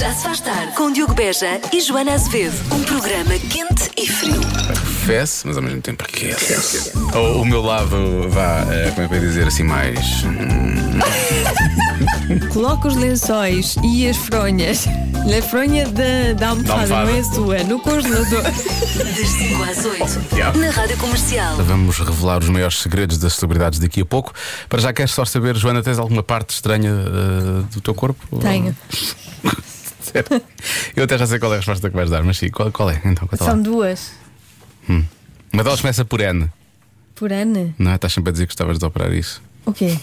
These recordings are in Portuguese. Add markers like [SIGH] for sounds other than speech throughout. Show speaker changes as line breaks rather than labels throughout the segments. Já se faz tarde com Diogo Beja e Joana Azevedo. Um programa quente e frio.
Fesse, mas ao mesmo tempo aquece. O, o meu lado, vá, eh, como é que eu ia dizer assim, mais.
Coloca os lençóis e as fronhas [LAUGHS] na fronha da, da almofada,
Da almofada.
não é sua, no
[LAUGHS]
congelador.
Das 5 às 8.
Yeah.
Na rádio comercial.
Vamos revelar os maiores segredos das celebridades daqui a pouco. Para já queres só saber, Joana, tens alguma parte estranha eh, do teu corpo?
Tenho.
Sério? [LAUGHS] Eu até já sei qual é a resposta que vais dar, mas sim, qual, qual é? Então, conta lá.
São duas.
Uma delas começa por N,
Por ano?
não é? Estás sempre a dizer que estavas de operar isso.
O quê?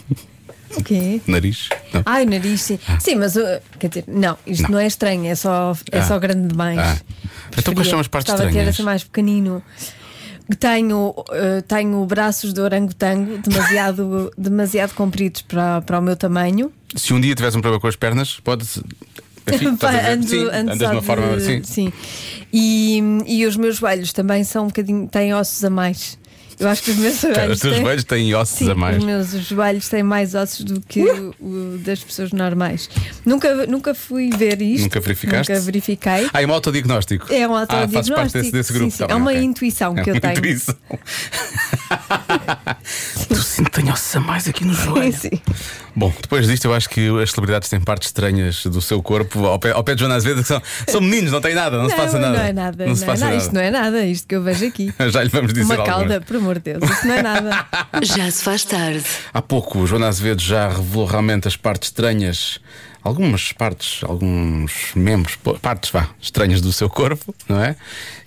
O quê?
Nariz? Não.
Ai, o nariz, sim. Sim, mas uh, quer dizer, não, isto não, é estranho, é só, é
Ah.
só grande demais.
Ah. Então, quais
Preferia-
são as partes
Gostava de ter
estranhas?
assim mais pequenino. Tenho, uh, tenho braços de orangotango demasiado, [LAUGHS] demasiado compridos para, para o meu tamanho.
Se um dia tiveres um problema com as pernas,
[LAUGHS]
pode-se. Enfim, É estás a ver?
Ando-
Sim,
ando
andas de
só
uma forma. assim.
de-
Sim.
sim. E, e os meus joelhos também são um bocadinho. têm ossos a mais. Eu acho que os meus
Cara, os
joelhos.
teus
têm-
joelhos têm ossos
Sim,
a mais. Uh!
os meus joelhos têm mais ossos do que o, o das pessoas normais. Nunca, nunca fui ver isto.
Nunca verificaste?
Nunca verifiquei.
Ah, é um autodiagnóstico.
É um
Ah, fazes parte desse,
autodiagnóstico.
desse grupo.
Sim, sim.
tá bem,
É uma
ok.
intuição
É
que eu
uma
tenho. [LAUGHS]
Intuição. tu sinto que tenho ossos a mais aqui no joelho.
Sim.
Bom, depois disto, eu acho que as celebridades têm partes estranhas do seu corpo. Ao pé, ao pé de Joana Azevedo, que são, são meninos, não tem nada, não, se passa nada.
Não é nada.
Não, se
é
passa
nada.
nada.
Isto não é nada, isto que eu vejo aqui.
Já lhe vamos [LAUGHS] dizer
Uma
algumas.
cauda, por amor de Deus, isto não é
[LAUGHS]
nada.
Já se faz tarde.
Há pouco, Joana Azevedo já revelou realmente as partes estranhas, algumas partes, alguns membros, pô, partes, vá, estranhas do seu corpo, não é?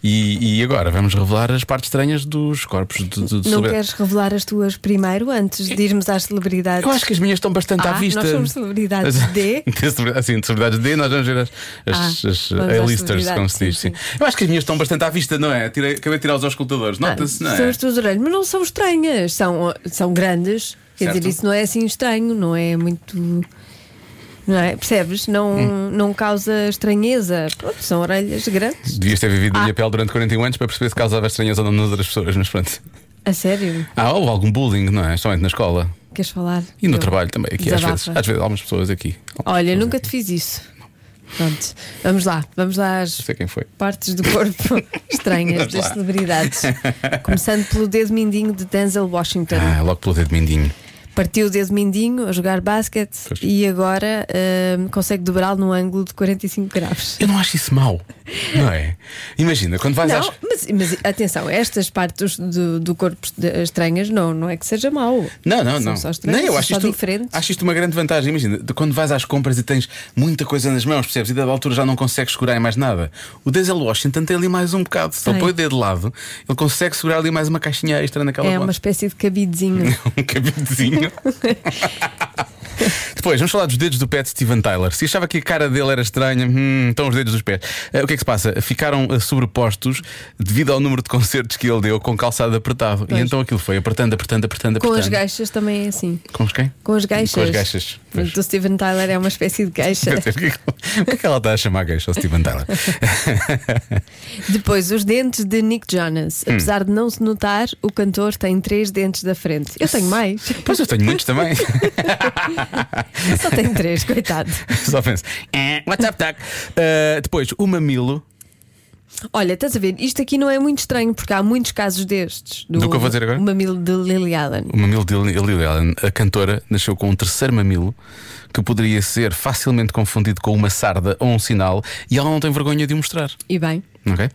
E, e agora vamos revelar as partes estranhas dos corpos de, de, de
Não
celebra-
queres revelar as tuas primeiro, antes de irmos às celebridades?
Eu acho que as minhas estão bastante à
Ah,
vista.
nós somos celebridades
[LAUGHS]
D.
De celebra- ah, Sim, de celebridades D, nós vamos ver as, as,
Ah,
as
vamos às
A-listers, como
celebridades,
se diz. Sim,
sim, Ah,
Eu acho que as minhas estão bastante à vista, não é? Tirei, acabei de tirar os auscultadores. Nota-se, não é?
São as tuas orelhas, mas não são estranhas, são, são grandes. Quer
Certo.
dizer, isso não é assim estranho, não é muito. Não é? Percebes? Não,
Hum.
não causa estranheza. Pronto, são orelhas grandes.
Devias ter vivido a
Ah.
minha pele durante 41 anos para perceber se causava estranheza ou não nas outras pessoas, mas pronto.
A sério?
Ah, ou algum bullying, não é? Somente na escola.
Queres falar?
E no
Eu-
trabalho também, aqui às
Desabafa.
vezes. Às vezes, algumas pessoas aqui.
Olha, nunca te fiz isso. Pronto, vamos lá, vamos lá às
Não sei quem foi.
partes do corpo [LAUGHS] estranhas
Vamos
das
lá.
celebridades. Começando pelo dedo mindinho de Denzel Washington.
Ah, logo pelo dedo mindinho.
Partiu o dedo mindinho a jogar basquete
Pois.
e agora hum, consegue dobrá-lo num ângulo de 45 graus.
Eu não acho isso mau, não é? Imagina, quando vais às.
Não, mas, mas atenção, estas partes do, do corpo est- estranhas não, não é que seja mau.
Não, não,
São
não.
só estranhas,
não, eu
são
acho
só
isto,
diferentes.
acho isto uma grande vantagem. Imagina, de quando vais às compras e tens muita coisa nas mãos, percebes? E da altura já não consegues segurar em mais nada. O Denzel Washington tem ali mais um bocado. Se ele
Tem.
põe o dedo de lado, ele consegue segurar ali mais uma caixinha extra naquela
É uma
ponta.
espécie de
[LAUGHS]
cabidezinho.
um cabidezinho. Depois, vamos falar dos dedos do pé de Steven Tyler. Se achava que a cara dele era estranha, hum, estão os dedos dos pés. Ah, o que é que se passa? Ficaram ah, sobrepostos devido ao número de concertos que ele deu com calçado apertado. E
Pois.
então aquilo foi apertando, apertando, apertando,
Com
apertando.
as gaixas também é assim.
Com os
[LAUGHS]
quem?
Com as gaixas.
Com as gaixas. Pois.
Do Steven Tyler é uma espécie de gaixa.
[LAUGHS] O que, é que- o que é que ela está a chamar gaixa ao Steven Tyler?
Depois, os dentes de Nick Jonas.
Hum.
Apesar de não se notar, o cantor tem três dentes da frente. Eu tenho mais. [LAUGHS]
Pois eu tenho muitos também. [LAUGHS]
Só tenho três, coitado.
Só penso. "Eh, What's up, Doc? Ah, depois, o mamilo.
Olha, estás a ver, isto aqui não é muito estranho porque há muitos casos destes.
Do que eu vou dizer agora?
O mamilo de Lily Allen.
O mamilo de Lily Allen, a cantora, nasceu com um terceiro mamilo que poderia ser facilmente confundido com uma sarda ou um sinal e ela não tem vergonha de o mostrar.
E bem,
ok?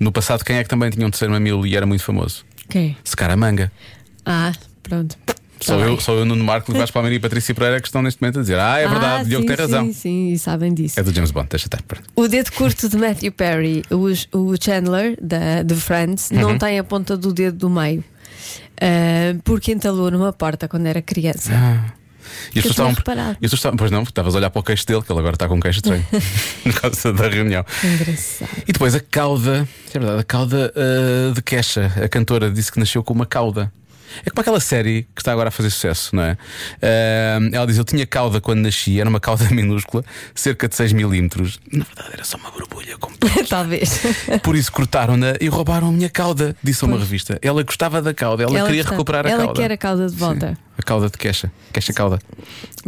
No passado, quem é que também tinha um terceiro mamilo e era muito famoso?
quem?
Scaramanga.
Ah, pronto.
Sou
Tá
eu,
bem.
sou eu, Nuno Marco, Vasco Palmeira e Patrícia Pereira que estão neste momento a dizer: Ah, é verdade,
ah,
Diogo
sim,
tem razão.
Sim, sim, e sabem disso.
É do James Bond, deixa estar. pronto.
O dedo curto de Matthew Perry, o, o Chandler da, de Friends,
Uhum.
não tem a ponta do dedo do meio. ah, porque entalou numa porta quando era criança.
Ah. E as
Eu
pessoas
tinha
estavam.
reparado.
e as pessoas estavam- Pois não, estavas a olhar para o queixo dele, que ele agora está com um queixo
[LAUGHS]
estranho [LAUGHS] por causa da reunião.
Engraçado.
E depois a cauda, isso é verdade, a cauda ah, de Kesha, a cantora, disse que nasceu com uma cauda. É como aquela série que está agora a fazer sucesso, não é? Ah, ela diz: Eu tinha cauda quando nasci, era uma cauda [LAUGHS] minúscula, cerca de 6 milímetros. Na verdade, era só uma borbulha. Como...
[LAUGHS] Talvez.
Por isso cortaram-na e roubaram a minha cauda, disse a uma revista. Ela gostava da cauda, ela, queria
portanto,
recuperar a
ela
cauda.
quer a cauda de volta.
Sim, a cauda de Kesha, Kesha cauda.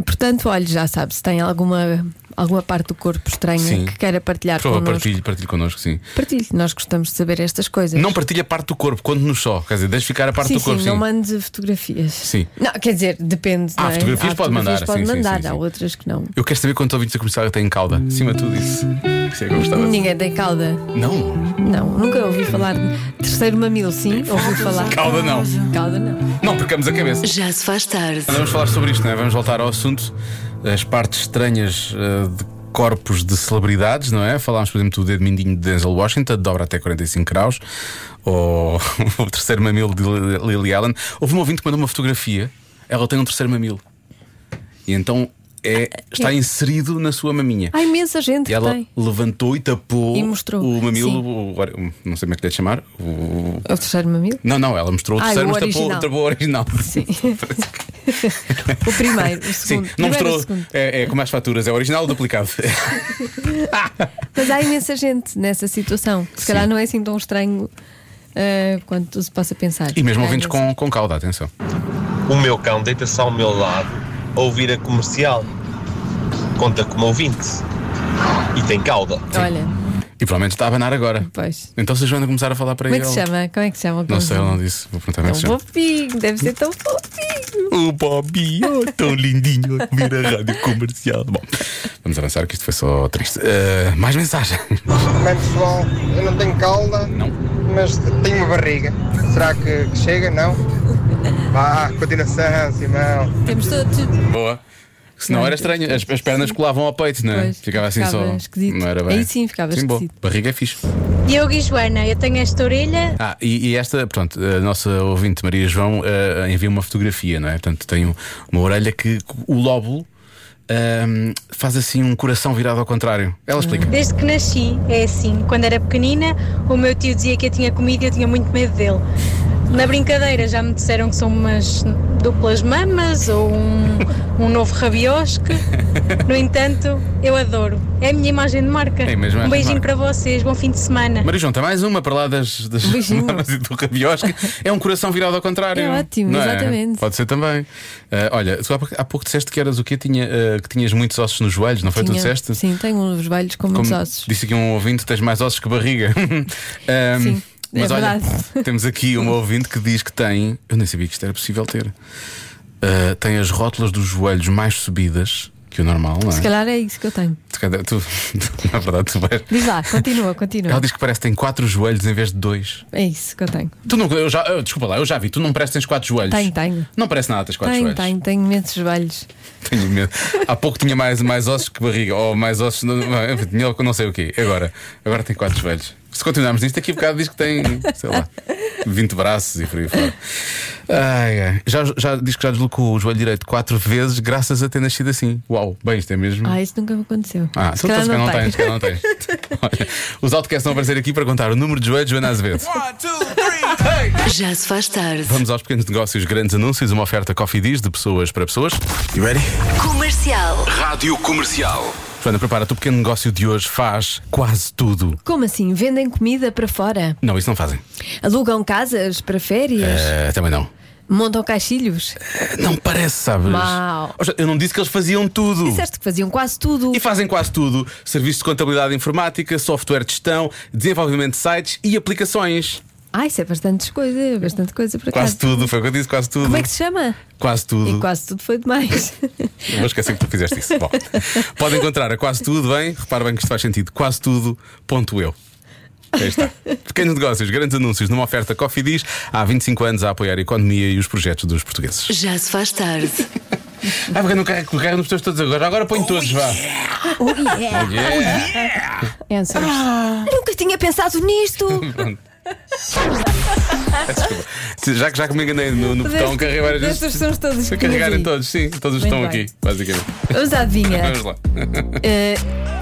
Portanto, olha, já sabe, se tem alguma, alguma parte do corpo estranha
Sim.
que queira partilhar
Por favor,
connosco,
partilhe, partilhe connosco, sim.
partilhe. Nós gostamos de saber estas coisas.
Não partilhe a parte do corpo, conte-nos só. Quer dizer, deixe ficar a parte
sim,
do corpo,
sim,
sim.
não mande fotografias.
Sim.
Não, quer dizer, depende.
Há
não é?
fotografias,
Há
pode mandar,
Pode
sim, sim,
mandar,
sim,
há
sim.
outras que não.
Eu quero saber quantos ouvintes da comercial têm cauda. Acima de tudo isso. Isso é que eu gostava de
Ninguém tem cauda.
Não,
Não, nunca ouvi falar de terceiro mamilo, sim, ouvi falar.
cauda não.
Cauda não.
Não percamos a cabeça.
Já se faz tarde.
Vamos falar sobre isto, não é? Vamos voltar ao assunto das partes estranhas eh, de corpos de celebridades, não é? Falámos, por exemplo, do dedo mindinho de Denzel Washington, dobra até 45 graus, ou [LAUGHS] o terceiro mamilo de Li- Lily Allen. Houve um ouvinte que mandou uma fotografia, ela tem um terceiro mamilo. E então é, está inserido na sua maminha.
Há imensa gente
E ela
que tem.
levantou e tapou
E mostrou.
o mamilo,
Sim.
o- o- não sei como é que lhe é de chamar, o-
O terceiro mamilo?
não, não, ela mostrou o
Ah,
terceiro,
o
mas tapou,
original.
tapou o original.
Sim. O primeiro, o
Sim,
segundo.
não
Primeiro, o
mostrou.
segundo.
É, é como as faturas, é original ou duplicado?
Mas há imensa gente nessa situação. Se calhar não é assim tão estranho ah, quanto se possa pensar.
e mesmo
Há
ouvintes
imensa-
com, com cauda, atenção.
O meu cão deita-se ao meu lado a ouvir a comercial. Conta como ouvinte. E tem cauda.
Olha,
E provavelmente está a abanar agora.
pois.
Então vocês vão ainda começar a falar para
Como é
ele.
que se chama? Como é que se chama? o
Não sei,
cãozinho?
ela não disse. Vou perguntar como é que se
Tão
chama.
fofinho, deve ser tão fofinho.
O Bobby, oh, tão lindinho a comer a rádio comercial. Bom, vamos avançar, que isto foi só triste. Ah, mais mensagem.
Bem pessoal, eu não tenho cauda, mas tenho uma barriga. Será que, que chega? Não? Vá, continuação, Simão.
Temos todos.
Boa. Se não era estranho, as, as pernas colavam ao peito, não é?
é Pois,
ficava assim
ficava
só.
esquisito.
Não era bem.
Aí sim, ficava
sim, bom.
esquisito.
Barriga é fixe.
Diogo e Joana, eu tenho esta orelha.
Ah, e, e esta, pronto, a nossa ouvinte Maria João eh, envia uma fotografia, não é? Portanto, tem um- uma orelha que o lóbulo ehm, faz assim um coração virado ao contrário. Ela explica.
Hum.
Desde que nasci, é assim. Quando era pequenina, o meu tio dizia que eu tinha comida e eu tinha muito medo dele. Na brincadeira já me disseram que são umas duplas mamas ou um, um novo rabiosque. No entanto, eu adoro. É a minha imagem de marca.
É a mesma
um beijinho
marca.
para vocês, bom fim de semana.
Maria João, tem mais uma para lá das, das [LAUGHS]
Beijinho.
mamas e do rabiosque. É um coração virado ao contrário.
É ótimo,
não é?
exatamente.
Pode ser também. Eh, olha, tu há, pouco- há pouco disseste que eras o quê? Tinha, eh, que tinhas muitos ossos nos joelhos, não foi? Tu
Tinha-
disseste?
Sim, tenho uns velhos com
Como
muitos ossos.
Disse aqui um ouvinte: tens mais ossos que barriga. [LAUGHS] Ahm,
Sim, é
mas olha,
verdade.
[LAUGHS] temos aqui um ouvinte que diz que tem. Eu nem sabia que isto era possível ter. Ah, tem as rótulas dos joelhos mais subidas que o normal, não é?
Se calhar é isso que eu tenho.
Se calhar tu, [LAUGHS] na verdade, tu vais.
Diz lá, continua,
Ela
continua.
diz que parece que tem quatro joelhos em vez de dois.
É isso que eu tenho.
Tu não, eu já, eu- desculpa lá, eu já vi, tu não pareces que tens quatro joelhos.
Tenho, tenho.
Não parece nada, tens quatro
Tenho,
joelhos.
tenho, tenho imensos joelhos.
[LAUGHS] Tenho medo. Há pouco tinha mais, mais ossos que barriga, ou mais ossos. Não, não- tinha não sei o quê. Agora, agora tem quatro joelhos. Se continuarmos nisto, aqui a bocado diz que tem, sei lá, 20 braços e por aí fora. Ai, ai. Já, já diz que já deslocou o joelho direito quatro vezes, graças a ter nascido assim. Uau, bem, isto é mesmo.
Ah, isso nunca me aconteceu.
Ah,
Se
então
calhar
se calhar não
tenho.
tens, se calhar não tens.
[LAUGHS]
Olha, os autocasts vão aparecer aqui para contar o número de joelhos de Joana Azevedo.
Já se faz tarde.
Vamos aos pequenos negócios, grandes anúncios, uma oferta Coffee Diz de pessoas para pessoas.
You ready?
Comercial.
Rádio Comercial.
Joana, prepara-te, o pequeno negócio de hoje faz quase tudo.
Como assim? Vendem comida para fora?
Não, isso não fazem.
Alugam casas para férias?
Eh, também não.
Montam caixilhos?
Eh, Não parece, sabes?
Mau.
Ou seja, Eu não disse que eles faziam tudo.
Disseste que faziam quase tudo.
E fazem quase tudo: serviços de contabilidade informática, software de gestão, desenvolvimento de sites e aplicações.
Ah, isso é bastante coisa, bastante coisa para
Quase tudo, né? Uhum. foi o que eu disse, quase tudo.
Como é que se chama?
Quase tudo.
E quase tudo foi demais.
Não vou esquecer que tu fizeste isso. [LAUGHS] Bom, pode encontrar a quase tudo, bem? Repara bem que isto faz sentido. Quase tudo.eu. Aí está. Pequenos negócios, grandes anúncios numa oferta Coffee Diz há 25 anos a apoiar a economia e os projetos dos portugueses.
Já se faz tarde.
Ah, porque não carrego, carrego nos teus todos agora. Agora põe todos, vá.
[LAUGHS]
Oh, yeah.
Answers. Nunca tinha pensado nisto.
Se- Já que já que me enganei no, no botão,
Pudeste-
carreguei várias
pudeste
vezes.
os sons todos
Se
que tinhas
carregarem
aí.
todos, sim, todos
Muito
estão
bem. É.
aqui, basicamente.
Vamos à adivinha.
Vamos lá.
Eh,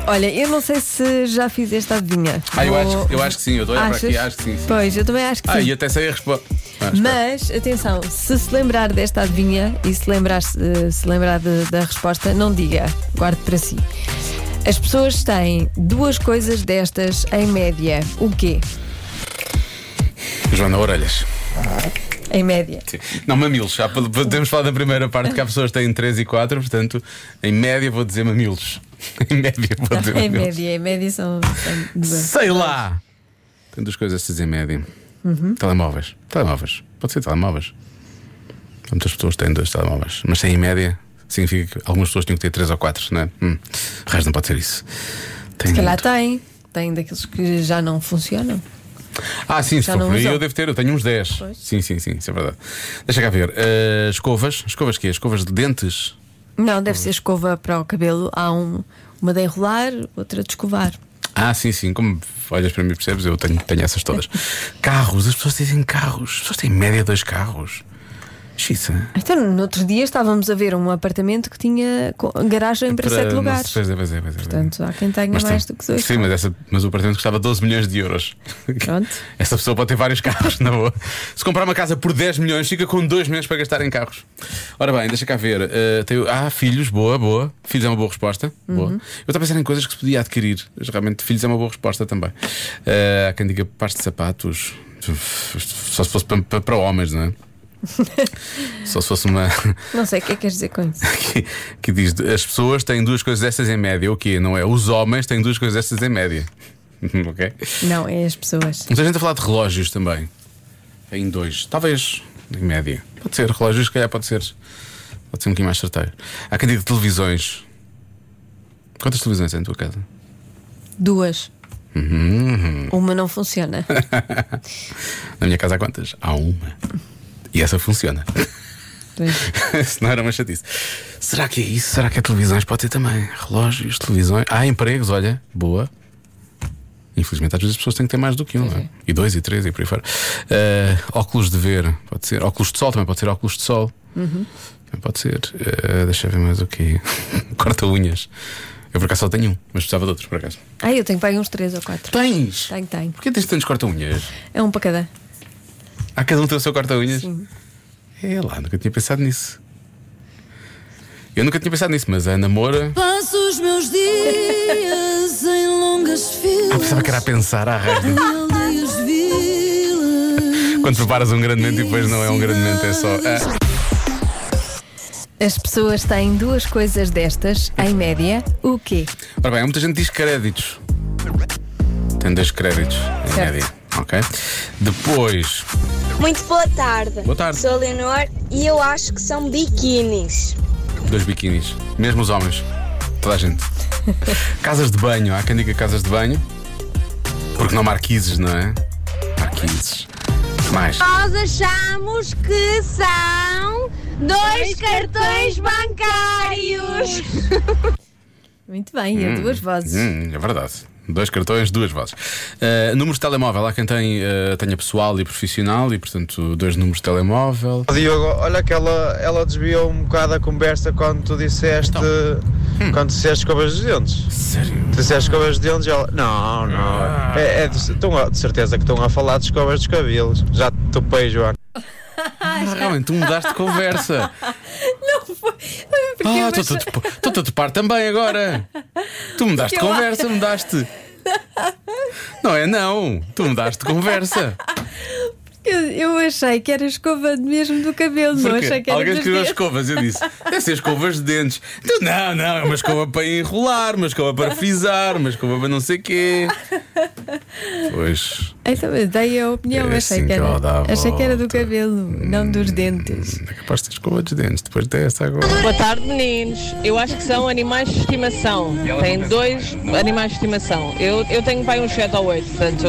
olha, eu não sei se já fiz esta adivinha.
Ah, eu acho,
Vou-
eu acho que sim, eu estou a olhar para aqui,
Achas?
acho que sim. sim.
Pois, eu também acho que
Ah,
sim.
e até sei a resposta. Ah, espera.
Mas, atenção, se se lembrar desta adivinha e se lembrar, se, se lembrar de- da resposta, não diga, guarde para si. As pessoas têm duas coisas destas em média. O quê?
Joana Orelhas.
em média.
Sim. Não, mamilos. Já podemos falar da primeira parte que há pessoas que têm 3 e 4, portanto, em média vou dizer mamilos. [LAUGHS] em média vou dizer
Em
mamilos.
média, em média são, são duas.
Sei lá! Tem duas coisas a se dizer em média: telemóveis. Telemóveis. Pode ser telemóveis. Há Muitas pessoas têm dois telemóveis, mas sem em média significa que algumas pessoas tinham que ter três ou quatro, não é? Hum. O resto não pode ser isso. Tem
Se calhar
muito.
tem. Tem daqueles que já não funcionam.
Ah, sim, se
tá- Já
for
não
por aí,
usam.
eu devo ter, eu tenho uns 10.
Pois.
Sim, sim, sim, isso é verdade. Deixa cá ver. Eh, escovas, escovas que Escovas de dentes?
Não, deve ser escova para o cabelo. Há um, uma de enrolar, outra de escovar.
Ah, sim, sim, como olhas para mim, percebes? Eu tenho, tenho essas
[LAUGHS]
todas. carros, as pessoas dizem carros. As pessoas têm em média dois carros. Xissa.
Então, no outro dia estávamos a ver um apartamento que tinha co- garagem para, sete
não
lugares.
sei, Pois é, pois é, pois é.
Portanto, há quem tenha
Mas tem-
mais do que dois.
Sim, mas, essa, mas o apartamento custava 12 milhões de euros.
Pronto.
[LAUGHS] Essa pessoa pode ter vários carros, na boa. Se comprar uma casa por 10 milhões, fica com 2 milhões para gastar em carros. Ora bem, deixa cá ver. Eh, tenho- ah, filhos, boa, boa. Filhos é uma boa resposta.
Uhum.
Boa. Eu estava a pensar em coisas que se podia adquirir. Mas realmente, filhos é uma boa resposta também. Eh, há quem diga pares de sapatos. Só se fosse para, para- para homens,
[LAUGHS]
não é? Só se fosse uma.
Não sei o que é que queres dizer com isso.
que, que diz: as pessoas têm duas coisas destas em média. O quê? Não é? Os homens têm duas coisas destas em média. [LAUGHS] ok?
Não, é as pessoas.
Muita gente a falar de relógios também. Em dois. Talvez, em média. Pode ser. Relógios, se calhar, pode ser. Pode ser um bocadinho mais certeiro. Há quem diga televisões. Quantas televisões tem em tua casa?
Duas.
Uhum.
Uma não funciona.
Na minha casa há quantas? Há uma. E essa funciona.
Pois.
[LAUGHS] Se não era uma chatice. Será que é isso? Será que é televisões? Pode ser também. Relógios, televisões. Há empregos, olha. Boa. Infelizmente, às vezes as pessoas têm que ter mais do que um, não é? E dois, e três, e por aí fora. Ah, óculos de ver, pode ser. Óculos de sol também pode ser. Óculos de sol. Também pode ser. Ah, deixa eu ver mais o quê. [LAUGHS] Corta-unhas. Eu por acaso só tenho um, mas precisava de outros, por acaso.
Ah, eu tenho para aí uns três ou quatro.
Tens!
Tenho, tenho.
Porquê tens tantos corta-unhas?
É um para cada.
Há cada um tem o seu corta-unhas?
Sim.
É lá, nunca tinha pensado nisso. Eu nunca tinha pensado nisso, mas a Ana Moura.
Passo os meus dias em longas
Eu
filas.
Ah, pensava que era a pensar à
[LAUGHS]
rádio.
aldeias, vilas.
Quando preparas um grande momento e depois não é um grande momento, é só. ah.
As pessoas têm duas coisas destas, em média, o quê?
Ora bem, há muita gente que diz créditos. Tem dois créditos, em
Certo.
média. Ok? Depois.
Muito boa tarde.
Boa tarde.
Sou a Leonor e eu acho que são biquínis.
Dois biquinis. Mesmo os homens. Toda a
[LAUGHS]
gente. casas de banho. Há quem diga casas de banho. Porque não há marquises, não é? Marquises. Mais.
Nós achamos que são dois cartões bancários.
Muito bem, eu duas vozes.
Hum, é verdade. Dois cartões, duas vozes. Ah, números de telemóvel. Há quem tem, ah, tenha pessoal e profissional e, portanto, dois números de telemóvel.
Diogo, olha que ela, ela desviou um bocado a conversa quando tu disseste. Quando disseste escovas de dentes.
Sério?
Tu disseste escovas de dentes e ela. Não, não. É, é de, estão a- de certeza que estão a falar de escovas dos cabelos. Já te topei, João.
realmente, tu mudaste de
[LAUGHS]
conversa.
Não foi. Porque
Ah,
eu achei-
estou-te a topar- estou-te a topar também agora. Tu mudaste de
Porque eu-
conversa, mudaste. Não é não, tu mudaste de conversa.
eu, eu achei que era escova mesmo do cabelo, não
Porque
achei que era
alguém
dos
escreveu
dedos.
escovas, eu disse, deve ser escovas de dentes. Tu, não, não, é uma escova para enrolar, uma escova para frisar, uma escova para não sei
[LAUGHS]
quê. Pois.
Então, mas dei a opinião,
É
achei,
assim que
que
ela dá
era,
a
achei que era do
volta.
cabelo, não dos dentes.
É capaz de ter escova de dentes, depois desta agora.
Boa tarde, meninos. Eu acho que são animais de estimação. Tem dois animais de estimação. Eu, eu tenho pai uns 7 ou 8, portanto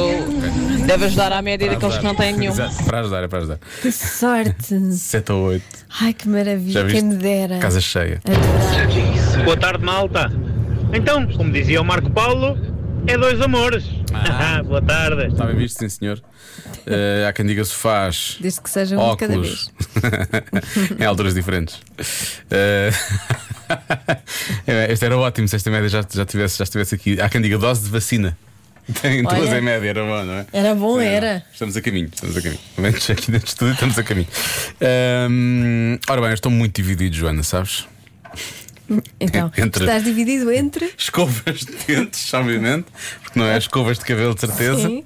deve ajudar à média daqueles que não têm nenhum.
Exato, Para ajudar, é para ajudar.
Que sorte!
7 ou 8,
Ai que
já
maravilha,
viste?
quem me dera.
Casa cheia.
Boa tarde, malta. Então, como dizia o Marco Paulo, é dois amores. [LAUGHS] Boa tarde.
Está bem visto, sim senhor. Eh, há quem diga sofás.
Desde que seja um de cada vez.
óculos. [LAUGHS] em alturas diferentes. Eh, [LAUGHS] é, este era ótimo se esta média já, já, tivesse, já estivesse aqui. Há quem diga dose de vacina. [LAUGHS] Tem duas
Olha.
em média, era bom, não é?
Era bom, era.
Estamos a caminho, estamos a caminho. Pelo menos aqui dentro de estúdio estamos a caminho. Ahm, ora bem, eu estou muito dividido, Joana, sabes?
Então,
[LAUGHS] Entre-
estás dividido entre
[LAUGHS] Escovas de dentes, obviamente, porque não é escovas de cabelo, de certeza.
sim,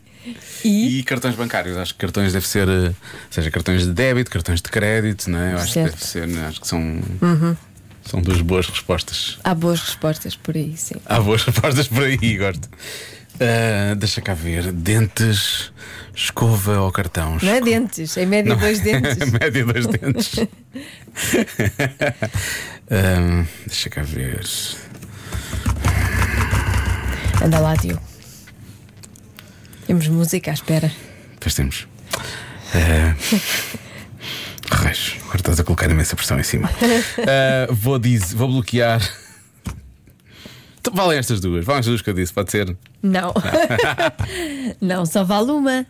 E? cartões bancários. Acho que cartões deve ser, eh, ou seja, cartões de débito, cartões de crédito, não é? Eu acho
Certo.
que deve ser, não é? acho que são,
Uhum.
são duas boas respostas.
Há boas respostas por aí, sim.
Há boas [LAUGHS] respostas por aí, gosto. Ah, deixa cá ver. Dentes, escova ou cartão?
Não é dentes, em média
Não. [LAUGHS] É
dois dentes.
Média dois
[LAUGHS]
dentes. [LAUGHS] Ah, deixa cá ver.
Anda lá, Diogo. Temos música à espera.
Depois temos. [LAUGHS] Ah, Raios, agora estás a colocar imensa pressão em cima. Ah, vou dizer, vou bloquear. Então, Valem estas duas, valem estas duas que eu disse, pode ser. [LAUGHS]
Não. Não, só vale uma.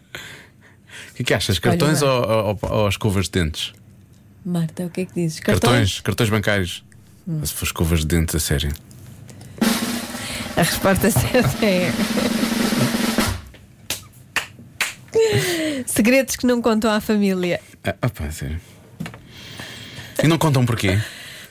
O que é que achas? Cartões
Olha,
ou, ou, ou escovas de dentes?
Marta, o que é que dizes?
Cartões, cartões bancários. Ah, Se for escovas de dentes, a sério.
A resposta certa
[LAUGHS]
é. Segredos que não contam à família.
Ah, opa, a sério. E não contam porquê?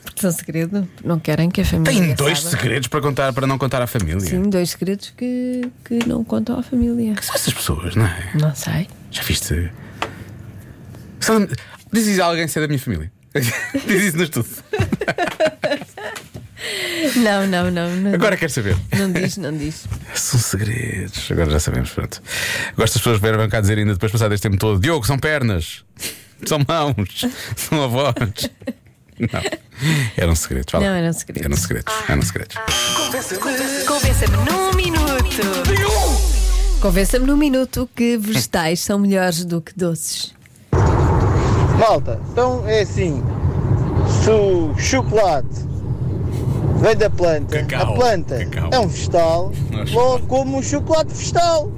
Porque são segredo, não querem que a família.
Tem dois
saiba.
segredos para contar para não contar à família.
Sim, dois segredos que, que não contam à família.
São essas pessoas, não é?
Não sei.
Já viste? São- Diz isso a alguém se é da minha família. Diz isso no estudo.
Não, não, não. não
Agora quero saber.
Não diz, não diz.
São segredos. Agora já sabemos, pronto. Gosto das pessoas verem bancar a dizer ainda depois de passar deste tempo todo: Diogo, são pernas, são mãos, são avós. Não. Eram segredos. vá lá.
Não, eram segredos.
Eram segredos. Eram segredos.
Convença-me num minuto.
Convença-me num minuto que vegetais são melhores do que doces.
Malta, então é assim: se o chocolate vem da planta,
Cacau,
a planta
cacau.
é um vegetal,
Não é chocolate.
logo como um chocolate vegetal.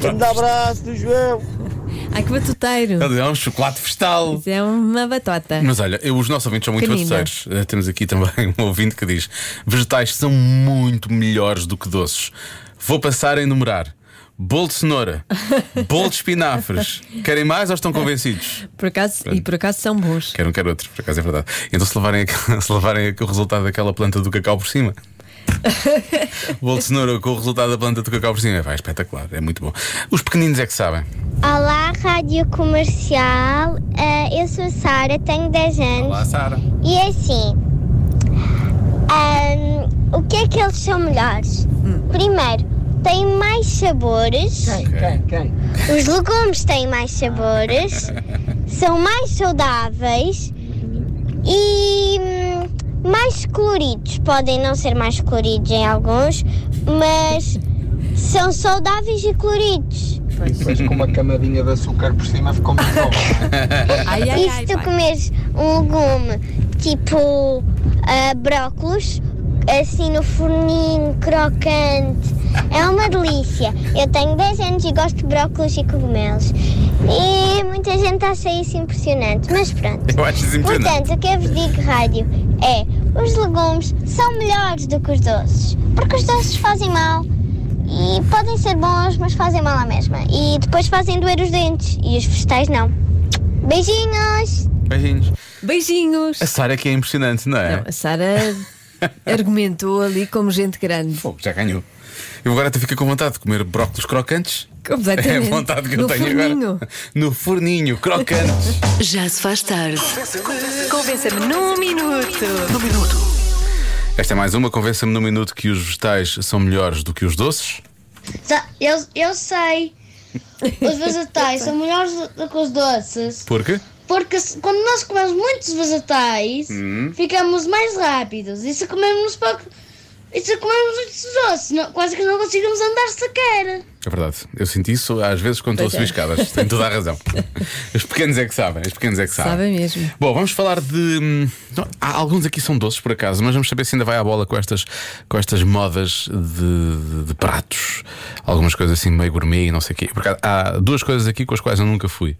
Grande abraço do João.
Ai que batuteiro!
Ele É um chocolate festal.
Isso é uma batota.
Mas olha, eu- os nossos ouvintes são muito
Canina.
batuteiros. Eh, Temos aqui também um ouvinte que diz: vegetais são muito melhores do que doces. Vou passar a enumerar: bolo de cenoura, bolo de espinafres. Querem mais ou estão convencidos?
Por acaso, e por acaso são bons.
Quer um, quer outro, por acaso é verdade. Então, se levarem, aqu- [LAUGHS] se levarem o resultado daquela planta do cacau por cima. bolo de cenoura com o resultado da planta do cacau por cima. Vai, espetacular, é muito bom. Os pequeninos é que sabem.
Olá, Rádio Comercial. Ah, eu sou a Sara, tenho 10 anos.
Olá, Sara.
E é assim, ahm, o que é que eles são melhores?
Hum.
Primeiro, têm mais sabores.
Quem, quem?
Os legumes têm mais sabores, são mais saudáveis e hum, mais coloridos. Podem não ser mais coloridos em alguns, mas são saudáveis e coloridos.
Depois com uma camadinha de açúcar por cima ficou muito bom.
e
é
se tu comeres um legume tipo ah, brócolis, assim no forninho, crocante, é uma delícia. Eu tenho 10 anos e gosto de brócolis e cogumelos. E muita gente acha isso impressionante, mas pronto.
[LAUGHS] Eu acho isso impressionante.
Portanto, o que eu vos digo, rádio, é os legumes são melhores do que os doces, porque os doces fazem mal e podem ser bons, mas fazem mal à mesma. E depois fazem doer os dentes e os vegetais não. Beijinhos!
Beijinhos.
Beijinhos!
A Sara é que é impressionante, não é?
A Sara argumentou ali como gente grande.
Fogo, já ganhou. Eu agora até fico com vontade de comer brócolos crocantes.
Completamente.
É a vontade que eu
No
tenho
forninho.
agora. No forninho,
[LAUGHS]
crocantes.
Já se faz tarde. Convença-me num minuto. Num minuto.
Esta é mais uma. Convença-me no minuto que os vegetais são melhores do que os doces.
Eu, eu sei. Os vegetais são melhores do que os doces.
Porquê?
Porque se- quando nós comemos muitos vegetais,
Hum.
ficamos mais rápidos. E se comermos pouco. E se comermos muitos doces, não- quase que não conseguimos andar sequer.
É verdade. Eu sinto isso às vezes quando estou
Pois
a subir
é.
escadas. Tem toda a
[LAUGHS]
razão. Os pequenos é que sabem. Os pequenos é que sabem.
Sabe mesmo.
Bom, vamos falar de. hum, não, há alguns aqui são doces por acaso, mas vamos saber se ainda vai à bola com estas, com estas modas de, de- de pratos. Algumas coisas assim meio gourmet e não sei o quê. Porque há- há duas coisas aqui com as quais eu nunca fui.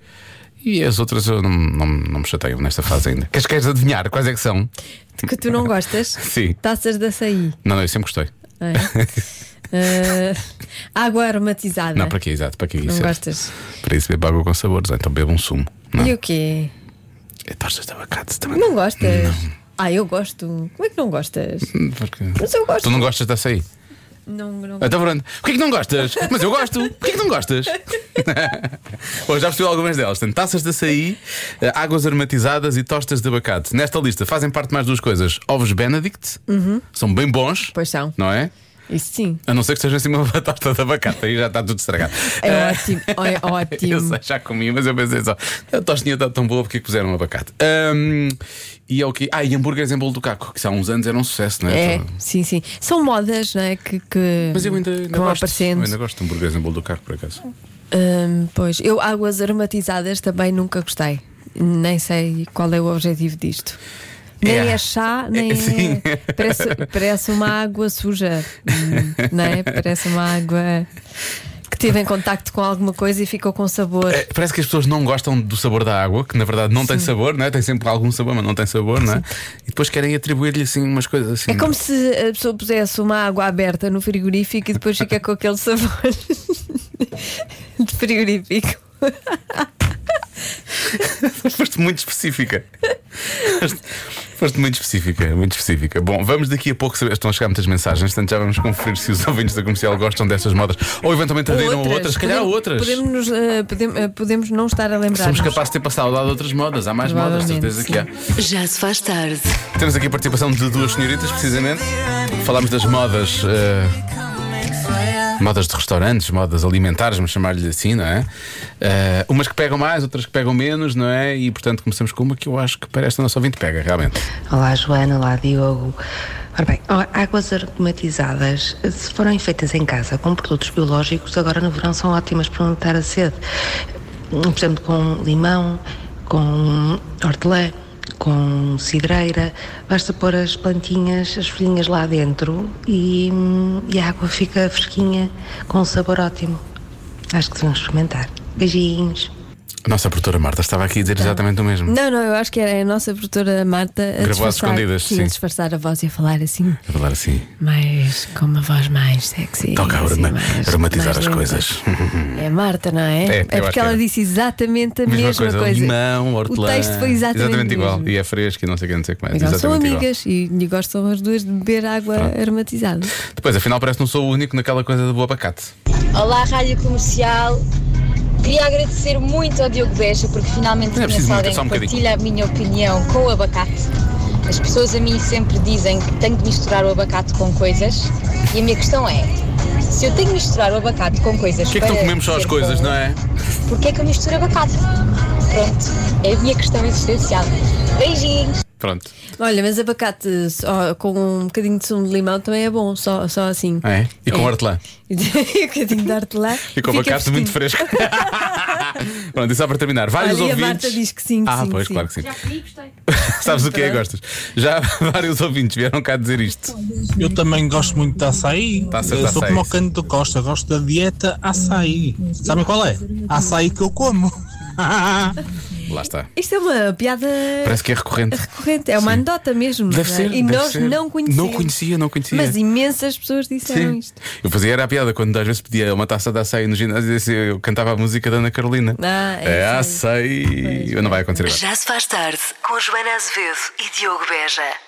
E as outras eu não, não, não me chateio nesta fase ainda. Queres, queres adivinhar quais é que são?
Que tu não gostas?
Sim.
Taças de açaí.
Não, não, eu sempre gostei.
É. Ah, água aromatizada.
Não, para quê? Exato, para quê
Não
isso? é?
gostas?
Para isso bebo água com sabores, ou então bebo um sumo. Não.
E o quê?
É tortas de abacate também.
Não gostas? Ah, eu gosto. Como é que não gostas?
Hum, Porque...
Mas eu gosto.
Tu não gostas de açaí?
Não, não.
Então pronto. Porquê que não gostas? Mas eu gosto. Porquê que não
[LAUGHS]
gostas? Bom, já percebi algumas delas. Portanto, taças de açaí, eh, águas aromatizadas e tostas de abacate. Nesta lista fazem parte mais duas coisas: ovos Benedict,
Uhum.
são bem bons,
Pois são.
não é?
Isso sim.
A não ser que esteja em cima uma [LAUGHS] batata de abacate, aí já está tudo estragado.
É
Eh, [LAUGHS]
ótimo. É ótimo.
Eu sei, já comi, mas eu pensei só, a tostinha está tão boa porque é que puseram um abacate. Ahm, e é o que. Ah, e hambúrgueres em bolo do caco, que há uns anos era um sucesso, não é?
É, sim, sim. São modas, não é? Que, que,
Mas eu ainda,
que
ainda
vão
gosto. Eu
aparecendo.
ainda gosto de hambúrgueres em bolo do caco, por acaso.
Hum, pois, eu águas aromatizadas também nunca gostei. Nem sei qual é o objetivo disto. Nem
É.
é, chá, nem
É, [LAUGHS] sim.
é. Parece, parece uma água suja, Hum, não é? Parece uma água que teve em contacto com alguma coisa e ficou com sabor.
É, Parece que as pessoas não gostam do sabor da água, que na verdade não tem
Sim.
sabor, não é? Tem sempre algum sabor, mas não tem sabor, não é? E depois querem atribuir-lhe assim umas coisas assim.
É
[LAUGHS]
como se a pessoa pusesse uma água aberta no frigorífico e depois fica com aquele sabor [LAUGHS] de frigorífico.
Foste muito específica. Foste- Foste muito específica, muito específica. Bom, vamos daqui a pouco saber. Estão a chegar muitas mensagens, portanto já vamos conferir se os [LAUGHS] ouvintes da comercial gostam dessas modas ou eventualmente aderam a outras, se calhar a
podemos,
outras.
Podemos, nos, eh, podem- eh, podemos não estar a lembrar.
Somos capazes de ter passado ao lado de outras modas. Há mais modas,
Provavelmente,
certeza que há.
Já se faz tarde.
Temos aqui a participação de duas senhoritas, precisamente. Falámos das modas. eh, Modas de restaurantes, modas alimentares, vamos chamar-lhe assim, não é? Eh, umas que pegam mais, outras que pegam menos, não é? E portanto começamos com uma que eu acho que para esta nossa ouvinte pega, realmente.
Olá Joana, olá Diogo. Ora bem, ó, águas aromatizadas, se forem feitas em casa com produtos biológicos, agora no verão são ótimas para matar a sede. Hum, Por exemplo, com limão, com hortelã, com cidreira. Basta pôr as plantinhas, as folhinhas lá dentro e, hum, e a água fica fresquinha, com um sabor ótimo. Acho que vamos experimentar. Beijinhos.
A nossa produtora Marta estava aqui a dizer exatamente o mesmo.
Não, não, eu acho que era a nossa produtora Marta a
Gravou às
disfarçar,
escondidas,
sim,
sim.
a disfarçar a voz e a falar assim,
A falar assim.
mas com uma voz mais sexy.
Toca a
assim,
aroma-
mais-
aromatizar
mais
as
lenta.
coisas.
É a Marta, não
É,
é?
eu acho que
porque ela
era.
disse exatamente a mesma, coisa.
Limão, hortelã.
O texto foi exatamente, o
igual.
mesmo.
E é fresco e não sei o que, não sei o que mais.
Mas elas são
Exatamente igual.
amigas e, e gostam as duas de beber água aromatizada.
Depois, afinal, parece que não sou o único naquela coisa do abacate.
Olá, Rádio Comercial. Queria agradecer muito ao Diogo Beja porque finalmente
Não é preciso
conheço
muito,
alguém
é só um
que
bocadinho.
partilha a minha opinião com o abacate. As pessoas a mim sempre dizem que tenho de misturar o abacate com coisas e a minha questão é: se eu tenho de misturar o abacate com coisas,
O que é que não
para
comemos só as
ser
coisas,
bom,
não é?
Porquê é que eu misturo abacate? Pronto, é a minha questão existencial. Beijinhos!
Pronto.
Olha, mas abacate só com um bocadinho de sumo de limão também é bom, só, só assim.
É? E com
É.
hortelã.
[LAUGHS] E um bocadinho de hortelã.
E com
fica
abacate muito
[LAUGHS]
fresco. Pronto, e só para terminar, vários
Olha, e a
ouvintes.
Marta diz que sim, que
ah,
sim,
pois,
que sim.
claro que sim.
gostei.
Sabes o que é que
Pronto.
gostas? Já [LAUGHS] vários ouvintes vieram cá dizer isto.
Eu também gosto muito de açaí.
Taças de
Eu sou
açaí.
como o Cândido Costa, gosto da dieta açaí. Sabem qual é? Açaí que eu como.
Lá está.
Isto é uma piada
Parece que é recorrente.
recorrente, é uma anedota mesmo.
Deve
não é?
ser.
e
deve
nós
ser.
não conhecíamos.
Não conhecia, não conhecia.
Mas imensas pessoas disseram
Sim.
isto.
Eu fazia era a piada quando às vezes pedia uma taça de açaí no ginásio e dizia, assim, eu cantava a música da Ana Carolina.
Ah, é
é
assim. é.
açaí. Não vai acontecer agora.
Já se faz tarde com Joana Azevedo e Diogo Beja.